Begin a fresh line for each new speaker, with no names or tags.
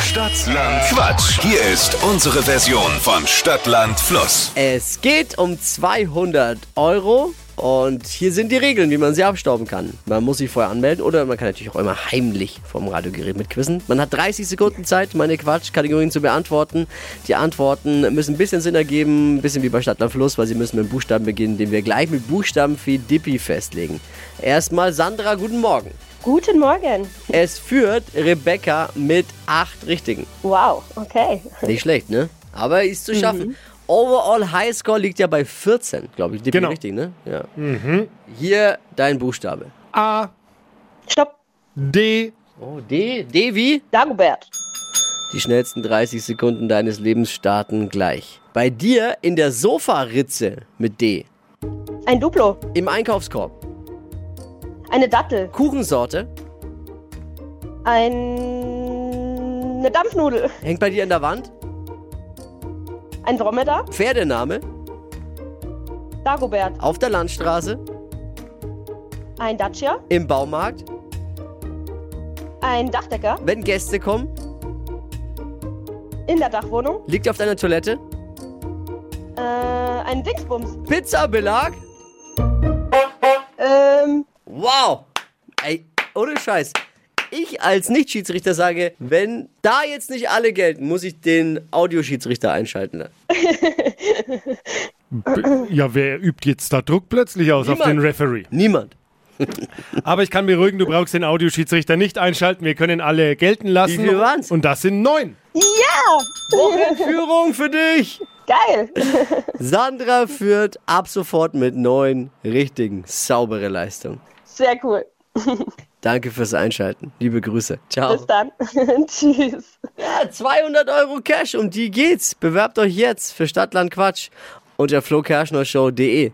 Stadtland Quatsch. Hier ist unsere Version von Stadtland Fluss.
Es geht um 200 Euro und hier sind die Regeln, wie man sie abstauben kann. Man muss sich vorher anmelden oder man kann natürlich auch immer heimlich vom Radiogerät mitquissen. Man hat 30 Sekunden Zeit, meine Quatschkategorien zu beantworten. Die Antworten müssen ein bisschen Sinn ergeben, ein bisschen wie bei Stadtland Fluss, weil sie müssen mit einem Buchstaben beginnen, den wir gleich mit Buchstaben für Dippi festlegen. Erstmal Sandra, guten Morgen.
Guten Morgen.
Es führt Rebecca mit acht Richtigen.
Wow, okay.
Nicht schlecht, ne? Aber ist zu schaffen. Overall Highscore liegt ja bei 14, glaube ich. Dippi,
Genau.
Richtig, ne? Ja. Hier dein Buchstabe.
A,
Stopp,
D,
Oh, D. D wie?
Dagobert.
Die schnellsten 30 Sekunden deines Lebens starten gleich. Bei dir in der Sofaritze mit D.
Ein Duplo,
Im Einkaufskorb.
eine Dattel,
Kuchensorte
ein... eine Dampfnudel,
hängt bei dir an der Wand.
ein Dromedar,
Pferdename
Dagobert,
auf der Landstraße.
ein Dacia,
Im Baumarkt.
ein Dachdecker,
Wenn Gäste kommen.
in der Dachwohnung,
Liegt auf deiner Toilette.
äh, ein Dingsbums.
Pizzabelag.
Ähm,
Wow! Ey, ohne Scheiß. Ich als Nicht-Schiedsrichter sage, wenn da jetzt nicht alle gelten, muss ich den Audioschiedsrichter einschalten.
B. Ja, wer übt jetzt da Druck plötzlich aus auf
Niemand.
den Referee?
Niemand.
Aber ich kann beruhigen, du brauchst den Audioschiedsrichter nicht einschalten. Wir können alle gelten lassen.
Wie viel waren's?
Und das sind neun.
ja,
Wochenführung für dich!
geil.
Sandra führt ab sofort mit neun richtigen, saubere Leistung.
Sehr cool.
Danke fürs Einschalten. Liebe Grüße.
Bis
Ciao.
dann. Tschüss.
Ja, 200 Euro Cash, um die geht's. Bewerbt euch jetzt für Stadtland Quatsch unter flokerschnershow.de.